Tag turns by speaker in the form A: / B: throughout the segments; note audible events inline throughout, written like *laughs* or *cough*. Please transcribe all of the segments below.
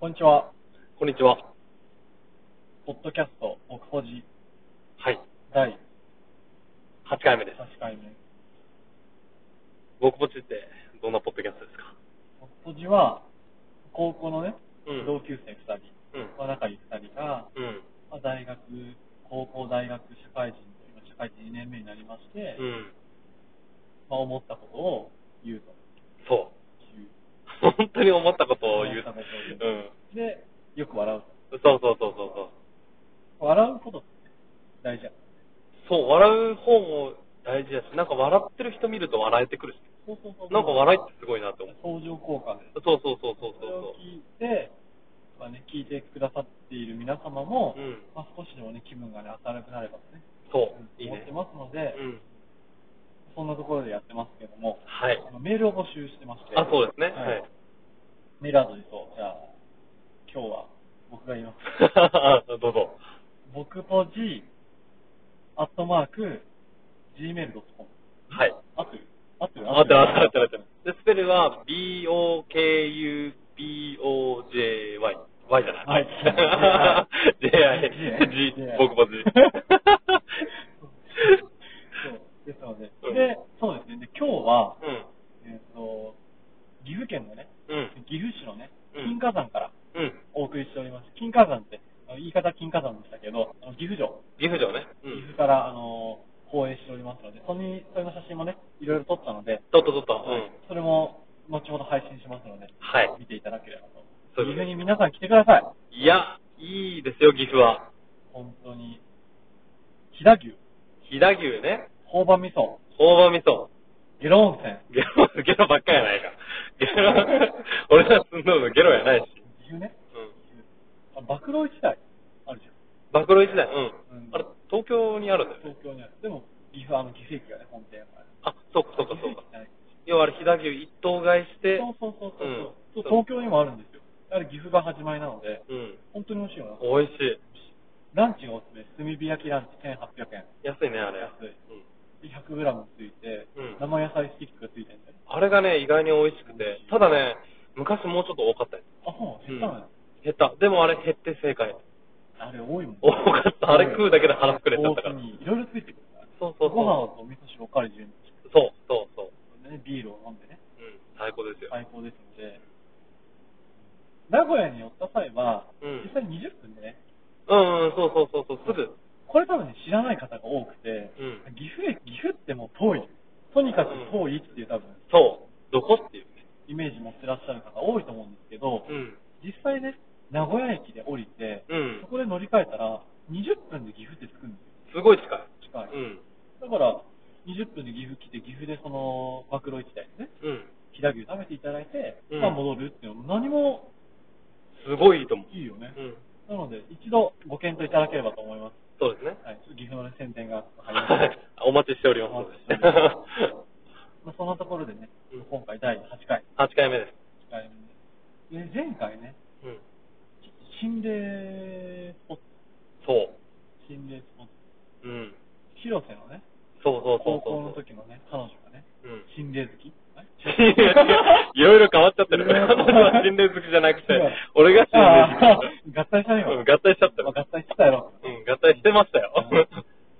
A: こんにちは。
B: こんにちは。
A: ポッドキャスト、奥ポジ
B: はい。
A: 第
B: 8回目です。
A: 8回目。
B: 僕ぼちってどんなポッドキャストですか
A: 奥ポジは、高校のね、
B: うん
A: 同級生2人、
B: うん。
A: まあ、仲いい2人が、
B: うん。
A: まあ、大学、高校、大学、社会人と、今社会人2年目になりまして、
B: うん。
A: まあ、思ったことを言うと
B: そう。 *laughs*
A: いう。
B: 本当に思ったことを言
A: 思
B: う。
A: ったことを言う
B: うん。
A: で、よく笑う。
B: そうそうそうそうそう。
A: 笑うことって大事や。
B: そう、笑う方も大事だし、なんか笑ってる人見ると笑えてくるし、
A: そうそうそう。
B: なんか笑いってすごいなと思う。
A: 相乗効果で。
B: そうそうそうそう
A: それを
B: そ
A: 聞いて、まあね、聞いてくださっている皆様も、
B: う。うん。
A: まあ、少しでもね、気分がね、明るくなればとね、
B: そう。いい
A: 思っ
B: ね
A: て。ますので、
B: うん。
A: そんなところでやってますけども、
B: はい。 *laughs*
A: あのメールを募集してまして、
B: あ、そうですね。
A: はい
B: はい。
A: メールアドレスを、じゃあ、今日は僕が言います。
B: どうぞ。
A: 僕と G、アットマーク、gmail.com。
B: はい。
A: あってるあってる
B: あってるあってるあってる。で、スペルは B-O-K-U-B-O-J-Y。Y じゃない。 *laughs*
A: はい
B: J-I。G
A: J-I、
B: 僕も G。
A: そうですので、
B: うん
A: で、そうですね、で今日は、
B: うん。
A: えっ、と、岐阜県のね、
B: うん。
A: 岐阜市のね、
B: うん
A: 金華山から
B: うん。
A: お送りしております。金華山って、あの言い方金華山でしたけど、あの岐阜城。
B: 岐阜城ね。
A: 岐
B: う
A: 阜
B: ん。
A: から、あのー放映しておりますので、それに、それの写真もね、いろいろ撮ったので、
B: とっととっと。う
A: はい
B: ん。
A: それも、後ほど配信しますので、
B: はい。
A: 見ていただければと。
B: そう
A: 岐
B: です
A: 阜に皆さん来てください。
B: いや、いいですよ、岐阜は。
A: 本当に。飛騨牛、
B: 飛騨牛ね。
A: 朴葉味噌、
B: 大葉味噌。
A: 下呂温泉。
B: ゲロ、ゲロばっかやないか。ゲロ、俺ら住んどるのゲロやないし。
A: 岐阜ね。
B: うん。
A: あ、爆露一代あるじゃん。
B: バクロイ時代。うん。
A: うん
B: あれ、東京にあるんだよね。
A: 東京にある。でも、岐阜、あの、岐阜駅がね、本店がある。
B: あ、そうかそうかそうか
A: 岐。阜駅
B: 要はあれ、飛騨牛一頭買いして、
A: じゃないそうそうそうそう、
B: う
A: そう。
B: ん
A: 東京にもあるんですよ。やはり岐阜が始まりなので、
B: うん。
A: 本当に美味しいよな。
B: 美味しい。
A: ランチがおすすめです。炭火焼きランチ1800円。
B: 安いね、あれ。
A: 安い
B: うん。
A: 100グラムついて、
B: うん
A: 生野菜スティックがついてるんだよ。
B: あれがね、意外に美味しく
A: 美味
B: て
A: しい。
B: ただね、昔もうちょっと多かったよ。
A: あ、そう、減ったのよ。
B: 減った。でもあれ減って正解。
A: あれ多いもん。
B: 多かった。あれ食うだけで腹膨れちゃったから
A: 多。いいろいろついてくるから。
B: そうそうそう
A: ご飯とお味噌汁おかわり順に。
B: そう、そう、そう。
A: ね、ビールを飲んでね、
B: うん。最高ですよ。
A: 最高ですので。名古屋に寄った際は、
B: うん
A: 実際に20分でね、
B: うん、うん、そうそうそうそう、すぐ。
A: これ多分ね、知らない方が多くて、
B: うん
A: 岐阜駅、岐阜ってもう遠い。とにかく遠いっていう多分、
B: そう。どこっていうね。
A: イメージ持ってらっしゃる方多いと思うんですけど、
B: うん。
A: 実際ね、名古屋駅で降りて、
B: うん
A: そこで乗り換えたら、20分で岐阜って着くんです
B: ごい近い。
A: すよ、近い。
B: うん。
A: だから、20分で岐阜来て、岐阜でその、爆露一台ですね、
B: うん。
A: 飛騨牛食べていただいて、
B: うん
A: まあ戻るっていうのも何も
B: すごいいいと思う。
A: いいよね。
B: うん。
A: なので、一度ご検討いただければと思います。
B: そうですね。
A: はい、ちょっと岐阜のね宣伝が入りま
B: は
A: し
B: *laughs* い。お待ちしております
A: お待ちしておりまた。まあそんなところでね
B: うん、
A: 今回第8回、
B: 8回目です。
A: 8回目で。で前回ね、
B: うん。
A: ちょっと心霊スポット、
B: そ
A: 心霊スポット、
B: う。うん。
A: 広瀬のね、
B: そうそうそうそう。
A: 高校の時のね、彼女がね、
B: うん。 *laughs*
A: 心霊好きあれ
B: いやいろいろ変わっちゃってる。
A: いろいろ
B: 僕は *laughs* 心霊好きじゃなくて
A: 違う、
B: 俺が
A: あ
B: 心
A: ー合体したね、
B: 霊好
A: 今。
B: き。うん合体しちゃってる。
A: まあ合体してたやろ。
B: うん、合体してましたよ
A: うん。
B: し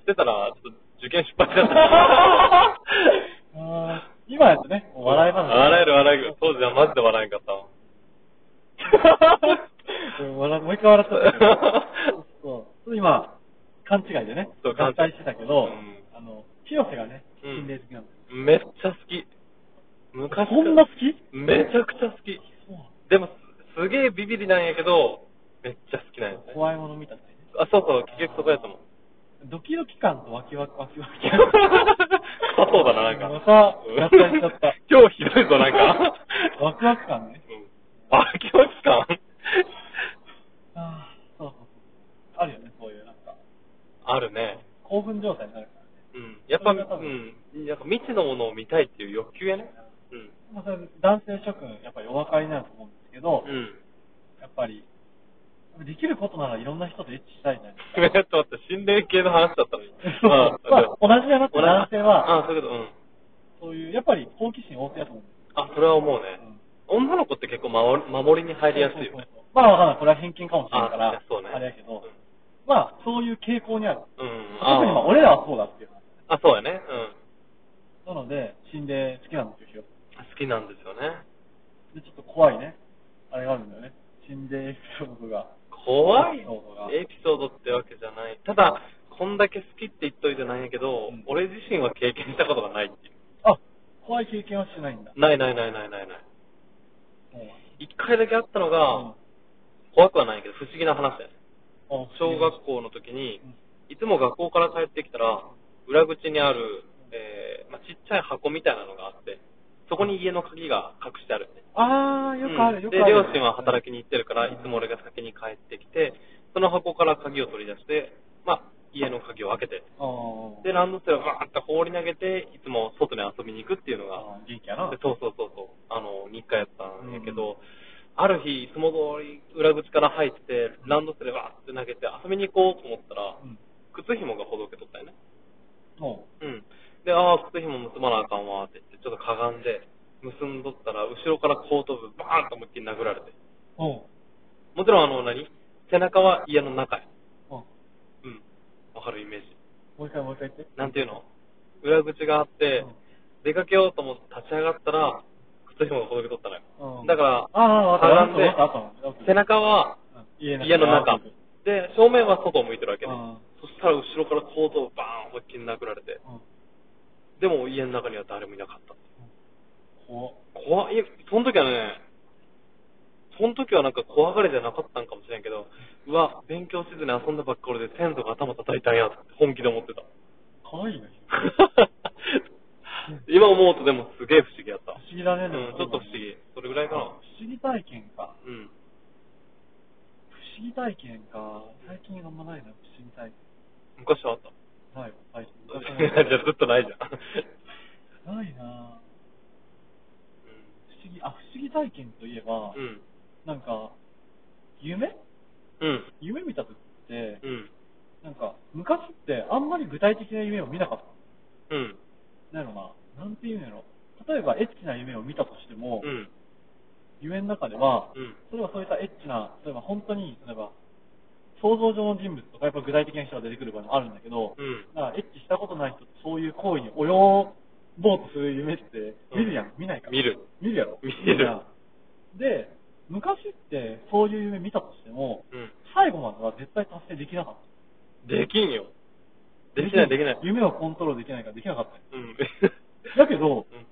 B: てたら、ちょっと受験 *laughs* 失敗しちゃった。
A: *laughs* あー今やとね、もう笑い話。
B: 笑える笑える。当時はマジで笑えんかったわ。
A: うん笑もう一回
B: *laughs*
A: 笑っちゃったけど。そうそう。今、勘違いでね、
B: そう勘
A: 合
B: 違い
A: 体してたけど、
B: うん
A: あの、広瀬がね、
B: うん
A: 心霊好きなんです。
B: めっちゃ好き。昔から
A: そんな好き
B: めちゃくちゃ好き。
A: そう
B: でも、すげえビビりなんやけど、めっちゃ好きなんやね。
A: 怖いもの見たね。
B: あ、そうそう、結局そこやと思う。
A: ドキドキ感とワキワキ、ワキワキ。
B: あそうだな、なんか。
A: また合体しちゃった。
B: *laughs* 今日ひどいぞ、なんか。
A: ワクワク感ね。
B: うん。あ、気持ち感
A: ああ、そうそうそう。あるよね、そういう、なんか、
B: *laughs* あるね。
A: 興奮状態になるからね。
B: うん。やっぱ、う
A: それが多分
B: ん。やっぱ未知のものを見たいっていう欲求やね。うん。
A: まあ、それ男性諸君、やっぱりお分かりになると思うんですけど、
B: うん。 *laughs*
A: やっぱり、できることならいろんな人とエッチしたいじゃないですか。
B: えっと待って、心霊系の話だったのに。
A: *laughs* まあ、同じじゃなくて男性は、
B: あ、そういうこと、うん。
A: そういう、やっぱり好奇心旺盛だと思うんです
B: あ、それは思うね。女の子って結構守り守りに入りやすいよね。
A: そうそうまあわかんない。これは偏見かもしれないか
B: あ
A: ら、
B: そうね
A: あれやけど、まあ、そういう傾向にある。
B: うん。うん
A: 特にまあ、俺らはそうだっていう話。
B: あ、そうやね。うん。
A: なので、死んで好きなんですよ。
B: 好きなんですよね。
A: で、ちょっと怖いね。あれがあるんだよね。死んでエピソードが。
B: 怖い
A: エピソードが
B: エピソードってわけじゃない。ただ、こんだけ好きって言っといてないんやけど、
A: うん
B: 俺自身は経験したことがないってい
A: あ、怖い経験はしてないんだ。
B: う。ないないないないないない。
A: うん
B: 一回だけあったのが、
A: うん
B: 怖くはないけど、不思議な話だよね。
A: あ
B: 小学校の時に
A: うん、
B: いつも学校から帰ってきたら、裏口にある、えーまあ、ちっちゃい箱みたいなのがあって、そこに家の鍵が隠してあるね。
A: ああ、よくあ
B: う
A: る、
B: ん
A: よく
B: で、
A: ある。
B: 両親は働きに行ってるから、
A: うん
B: いつも俺が先に帰ってきて、その箱から鍵を取り出して、まあ、家の鍵を開けて、
A: あー
B: で、ランドセルをバーッと放り投げて、いつも外に遊びに行くっていうのが、
A: あー元気やな
B: で。そうそうそうそう、あの、日課やったんやけど、ある日、いつも通り裏口から入って、ランドセルバーッと投げて遊びに行こうと思ったら、
A: うん。
B: 靴紐がほどけとったよね。
A: も
B: うん。で、ああ、靴紐結ばなあかんわーって言って、ちょっとかがんで、結んどったら、後ろから後頭部、バーンと思いっきり殴られて。
A: う、も
B: もちろん、あの、何背中は家の中へ。
A: う、も
B: うん。わかるイメージ。
A: う、もう一回もう一回言って。
B: なんていうの裏口があって、出かけようと思って立ち上がったら、靴紐がほどけとったのよ。
A: うん
B: だから、
A: ああ、わか
B: かがん
A: る。
B: で
A: わかった、わかったわかった。
B: 背中は
A: うん
B: 家の中
A: うん。
B: で、正面は外を向いてるわけね。
A: うん
B: そしたら後ろから後頭部バーン思いっきり殴られて。でも家の中には誰もいなかった。
A: こ
B: 怖い、いやその時はね、その時はなんか怖がりじゃなかったんかもしれんけど、うわ、勉強せずに遊んだばっかりで天とか頭叩いたんやって本気で思ってた。
A: う、かわいいね。
B: *laughs* 今思うとでもすげえ不思議やっ
A: 不
B: た。
A: 思議だね、で
B: うん、
A: も
B: ちょっと不思議。それぐらいか
A: 不
B: な
A: 思。議体験か。
B: うん。
A: 不思議体験か。最近あんまないな、不思議体験。
B: 昔はあった。
A: ないわ、最近。
B: *laughs* じゃあずっとないじゃん。
A: ないな不思議、あ、不思議体験といえば、
B: うん。
A: なんか、夢
B: うん。
A: 夢見た時って、
B: うん。
A: なんか、昔ってあんまり具体的な夢を見なかっ
B: うん。
A: た。なんやろな、なんていうんやろ。例えば、エッチな夢を見たとしても、
B: うん。
A: 夢の中では、
B: うん。
A: それはそういったエッチな、例えば本当に、例えば、想像上の人物とか、やっぱ具体的な人が出てくる場合もあるんだけど、
B: うん。
A: だからエッチしたことない人ってそういう行為に及ぼうとする夢って見るやん、見ないか
B: 見る。
A: 見るやろ
B: 見る
A: やんで、昔ってそういう夢見たとしても、
B: うん。
A: 最後までは絶対達成できなかっ
B: できんよ。
A: た。
B: できない、できない。
A: 夢をコントロールできないからできなかったよ。
B: うん。
A: *laughs* だけど
B: うん、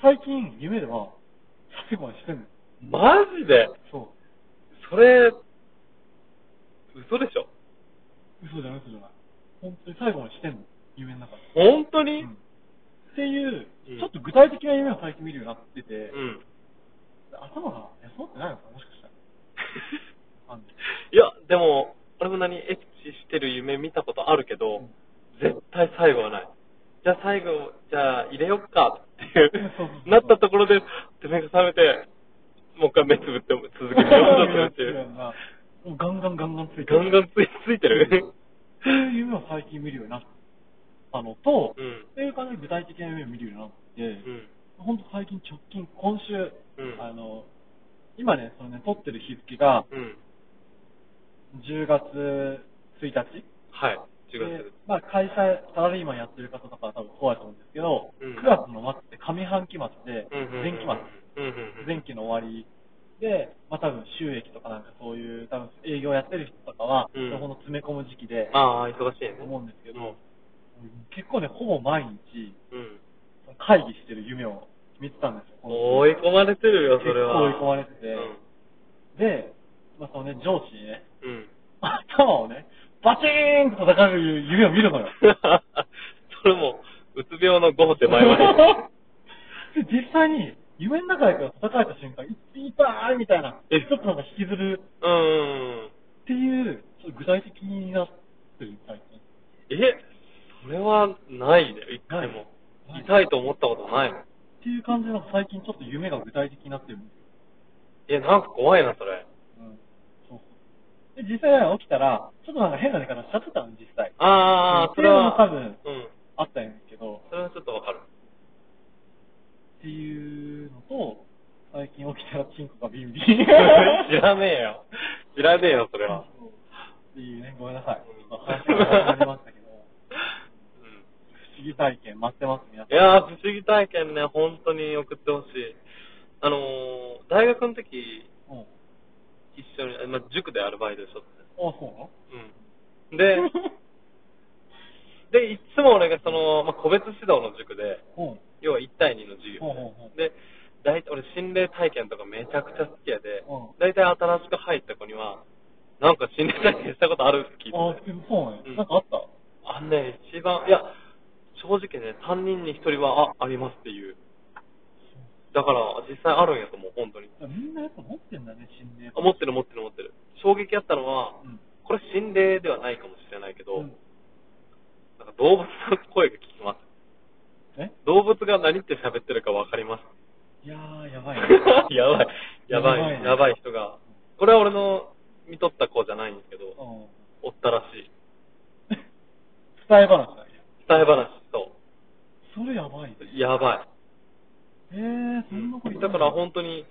A: 最近夢では最後までしてんの。
B: マジで
A: そ
B: それ、嘘でしょ
A: う。嘘じゃない嘘じゃない。本当に最後までしてんの。夢の中で。
B: 本当に
A: うんっていう
B: うん、
A: ちょっと具体的な夢を最近見るようになってて、
B: うん。
A: 頭が休まってないのかなもしかしたら。あの
B: いや、でも、俺も何、エッチしてる夢見たことあるけど、絶対最後はない。じゃあ最後、じゃあ入れよっかっていう
A: *laughs* そうそう、そう
B: なったところで、って目が覚めて、もう一回目つぶって続けてようとするっ
A: *laughs*
B: ていう。
A: もうガンガンガンガンついて
B: ガンガンついついてる。
A: っていう夢を最近見るようになったのと、
B: うん
A: っていう感じで具体的な夢を見るようになって、
B: うん。
A: 本当最近直近、今週、
B: うん
A: あの、今ね、そのね、撮ってる日付が
B: うん。
A: 10月1日。
B: はい。10
A: で
B: 月。
A: まあ会社、サラリーマンやってる方とかは多分怖いと思うんですけど、
B: うん
A: 9月の末って上半期末で、
B: うんうんうん
A: 前期末、
B: うんうんうん
A: 前期の終わりで、まあ多分収益とかなんかそういう、多分営業やってる人とかは、
B: うん
A: そこの詰め込む時期で、
B: ああ、忙しいね。
A: 思うんですけど
B: うん
A: 結構ね、ほぼ毎日、
B: うん。
A: 会議してる夢を見てたんですよ。この
B: 追い込まれてるよ、それは。
A: 結構追い込まれててで、まあそのね、上司にね、
B: うん。うん。
A: 頭をね、バチーンと叩かれる夢を見る
B: *laughs*
A: のよ。
B: それも、うつ病の5歩手前まで。
A: *laughs* で実際に、夢の中で叩かれた瞬間、痛いみたいな、
B: え
A: ちょっとなんか引きずる
B: うーん。
A: っていう、ちょっと具体的になってる最近。
B: え、それはないね、一回も。
A: ない
B: 痛いと思ったことないもん。
A: っていう感じの最近ちょっと夢が具体的になってるんですよ。
B: え、なんか怖いな、それ。
A: うん。そうそう。で、実際起きたら、ちょっとなんか変な寝方しちゃってたの、実際。
B: あ
A: う
B: ー、
A: ん
B: それは。
A: っていうのも多
B: うん。
A: あったんですけど、
B: それはちょっとわかる。
A: って
B: *laughs*
A: いうのと、最近起きたらチンコがビンビン。
B: *laughs* 知らねえよ。知らねえよ、それは。
A: いいね、ごめんなさい。
B: うん
A: 話が始まりましたけど、
B: うん
A: 不思議体験待ってます、皆さ
B: いやー、不思議体験ね、本当に送ってほしい。あのー、大学の時、
A: ん。うん。あ、
B: 一緒に、まあ、塾でアルバイトしとっ
A: そうなの
B: て。うん。
A: *laughs*
B: で、で、いつも俺がその、まあ、個別指導の塾で、
A: うん。
B: 要は1対2の授業
A: ほうほうほう
B: で、大体俺心霊体験とかめちゃくちゃ好きやで
A: うん、
B: 大体新しく入った子には、なんか心霊体験したことあるって聞
A: あ
B: いてて、
A: そうなんや
B: うん
A: なんかあった
B: あのね、一番、いや、正直ね、3人に1人は、あ、ありますっていう。だから、実際あるんやと思う、本当に。
A: みんなやっぱ持ってんだね、心霊。
B: あ、持ってる持ってる持ってる。衝撃あったのは、
A: うん。
B: これ心霊ではないかもしれないけど、
A: うん
B: なんか動物の声が聞きます。
A: え
B: 動物が何って喋ってるかわかります。
A: いやー、やばいね。
B: *laughs* やばい。やば
A: やばい
B: い。
A: ね
B: やばい人が。これは俺の見とった子じゃないんですけど、
A: うん。
B: おったらしい。
A: 伝え話だね。
B: 伝え話と、
A: それやばいね。
B: やば
A: えー、そんなこと
B: い。だから本当に、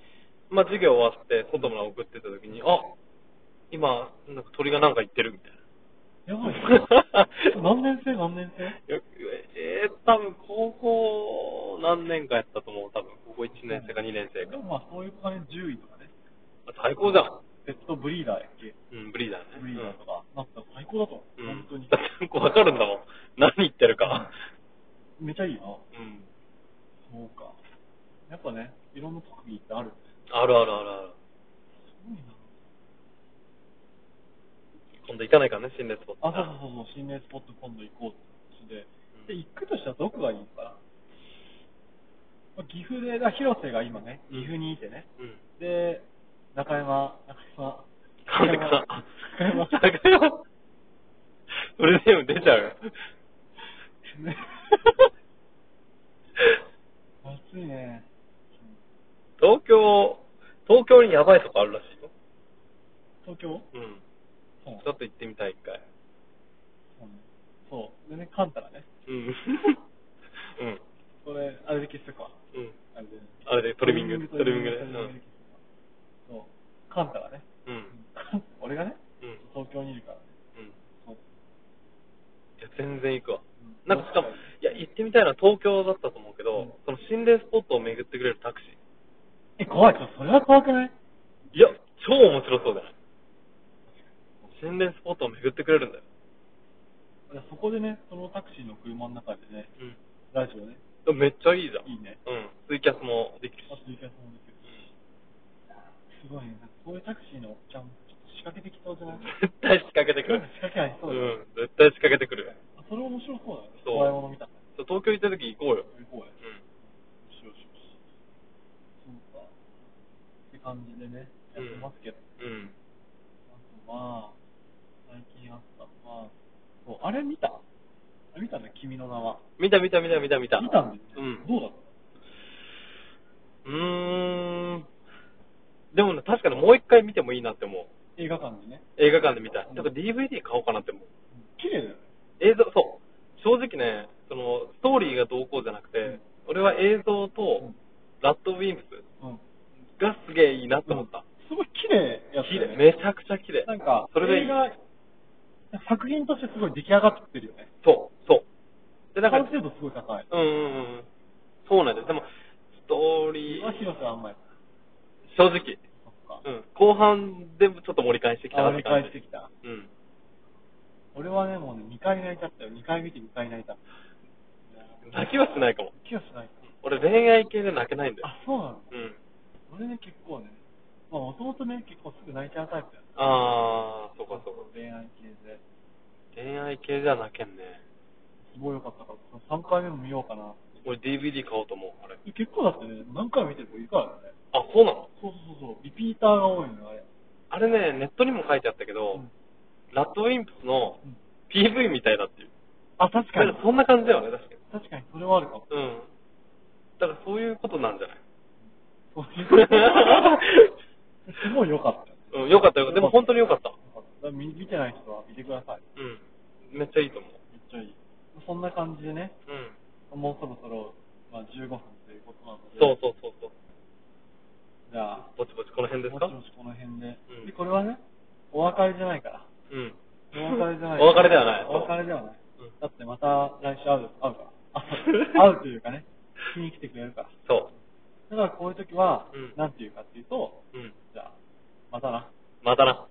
B: まあ、授業終わって、外村送ってた時に、あ、今、なんか鳥がなんか言ってるみたいな。
A: やばいね。何
B: *laughs*
A: 年生何年生
B: よえー、多分高校何年かやったと思う、多分高校1年生か2年生
A: で
B: か
A: も。まあ、そういう感じで10位とかね。
B: あ最高じゃん。
A: ペットブリーダーやっけ
B: うん、ブリーダーね。
A: ブリーダーとか。なんか最高だと思
B: う
A: う。
B: ん。
A: 本
B: *laughs*
A: 当に
B: だ。ってよくわかるんだ *laughs* もん。何言ってるか。
A: めちゃいいな。
B: うん。
A: そうか。やっぱね、いろんな特技ってあるよね。
B: あるあるあるある。
A: すごいな。
B: 今度行かないからね、心霊スポット。
A: あ、そうそうそうそう、心霊スポット今度行こうって
B: うん
A: 話で。で、行くとしたらどこがいいのかなまあ岐阜で、だ広瀬が今ね、
B: うん
A: 岐阜にいてね。
B: うん。
A: で、中山、中
B: なんで
A: 山
B: か、。
A: 中山。
B: 高山。フルネーム出ちゃうよ。
A: ね *laughs* 暑いね。
B: 東京、東京にやばいとこあるらしいよ。
A: 東京
B: うん。
A: そう
B: ちょっと行ってみたい、一回。
A: そうねそう。でね、カンタがね、
B: うん。うん。
A: これ、あれで消すとか。
B: うん。
A: あれでね
B: あれで、トリミング、トリミングね。
A: トリミングで消すとかそう。カンタがね、
B: うん。
A: 俺がね、
B: うん。うん。
A: 東京にいるからね。
B: うん。
A: そう
B: いや、全然行くわ。
A: うん
B: なんかしかも、いや、行ってみたいのは東京だったと思うけど、
A: うん
B: その心霊スポットを巡ってくれるタクシ
A: え、怖い。ちょっとそれは怖くない
B: ー。いや、超面白そうだよ。心霊スポットを巡ってくれるんだよ。
A: いやそこでね、そのタクシーの車の中でね、
B: うん。
A: ラジオね、
B: でもめっちゃいいじゃん。
A: いいね。
B: うん。ツイキャスもできるし
A: あ。と、いいキャスもできる。すごいね。なんかそういうタクシーのおっちゃん、ちょっと仕掛けてきそうじゃない
B: 絶対仕掛けてくる。
A: 仕掛けありそうだよ
B: ん。絶対仕掛けてくる。
A: あそれ面白そうだよね。
B: そう
A: 怖いもの見たから。
B: ちょ東京行った時行こうよ。
A: すごい。面白い、面白い。そうか。って感じでね、やってますけど。
B: うん。うん。
A: あとは、最近あったのは、そうあれ見たあれ見たね、君の名は。
B: 見た見た見た見た見た。
A: 見たんです
B: う
A: ね。
B: ん。
A: どうだった
B: うーん。でもね、確かにもう一回見てもいいなって思う。
A: 映画館でね。
B: 映画館で見たい。
A: うん
B: だから DVD 買おうかなって思う。
A: 綺麗だよね。
B: 映像、そう。正直ね、その、ストーリーがどうこうじゃなくて、
A: うん
B: 俺は映像と、ラッドウィンプ
A: うん。
B: スがすげえいいなって思った。
A: すごい綺麗やった
B: 綺
A: よ
B: 麗、
A: ね。
B: めちゃくちゃ綺麗。
A: なんか、
B: それでいい
A: 映。画、作品としてすごい出来上がってるよね。
B: そう、そう。で、なん
A: 完
B: か、
A: 成度すごい高い。
B: うんうんうん。そうなんです。でも、ストーリー
A: は、広瀬はあんまり。
B: 正直、
A: そっか。
B: うん。後半でもちょっと盛り返してきた
A: あ
B: な
A: 折
B: って
A: り
B: 感
A: 返し
B: じ。
A: てきた。
B: うん。
A: 俺はね、もうね、2回泣いちゃったよ。2回見て2回泣いた。
B: 泣きはしないかも。
A: 気がしないか。
B: 俺恋愛系で泣けないんだよ。
A: あ、そうなの
B: うん。
A: 俺ね、結構ね、まあ、もともとね、結構すぐ泣いちゃうタイプだよ。
B: あー、そうかそうか。
A: 恋愛系で。
B: 恋愛系じゃ泣けんね。
A: すごい良かったから、3回目も見ようかな。
B: 俺 DVD 買おうと思う、あれ。
A: え結構だってね、何回も見てる子いるからね。
B: あ、そうなの
A: そうそうそうそう、リピーターが多いのよ、あれ。
B: あれね、ネットにも書いてあったけ
A: う
B: ど、
A: ん
B: ラッドウィンプスの
A: うん
B: PV みたいだっていう。
A: あ、確かに
B: だ。らそんな感じだよね、確かに。
A: 確かに、それはあるか
B: *laughs*
A: も。
B: うん。だからそういうことなんじゃ
A: *laughs*
B: ない
A: そう *laughs* いう。すごい良かったよ。
B: うん、よかったよかった。でも本当によかった。
A: 良かっただから *laughs* 見見てない人は見てください。
B: うん。めっちゃいいと思う。
A: めっちゃいい。そんな感じでね、
B: うん。
A: もうそろそろ、まあ、15分ということなので。
B: そうそうそうそう。
A: じゃあ、
B: ぼちぼちこの辺です
A: も
B: か
A: しもしこの辺で。
B: うん
A: で、これはね、お別れじゃないから。
B: うん。
A: お別れじゃない。
B: お別れではない。
A: お別れではない。
B: うん
A: だってまた来週会う、会う *laughs* から。会うというか
B: *laughs*
A: ね、聞きに来てくれるから。
B: そ
A: だからこういう時は
B: うん、
A: なんていうかっていうと、
B: う。うん。
A: じゃあ、またな。
B: またな。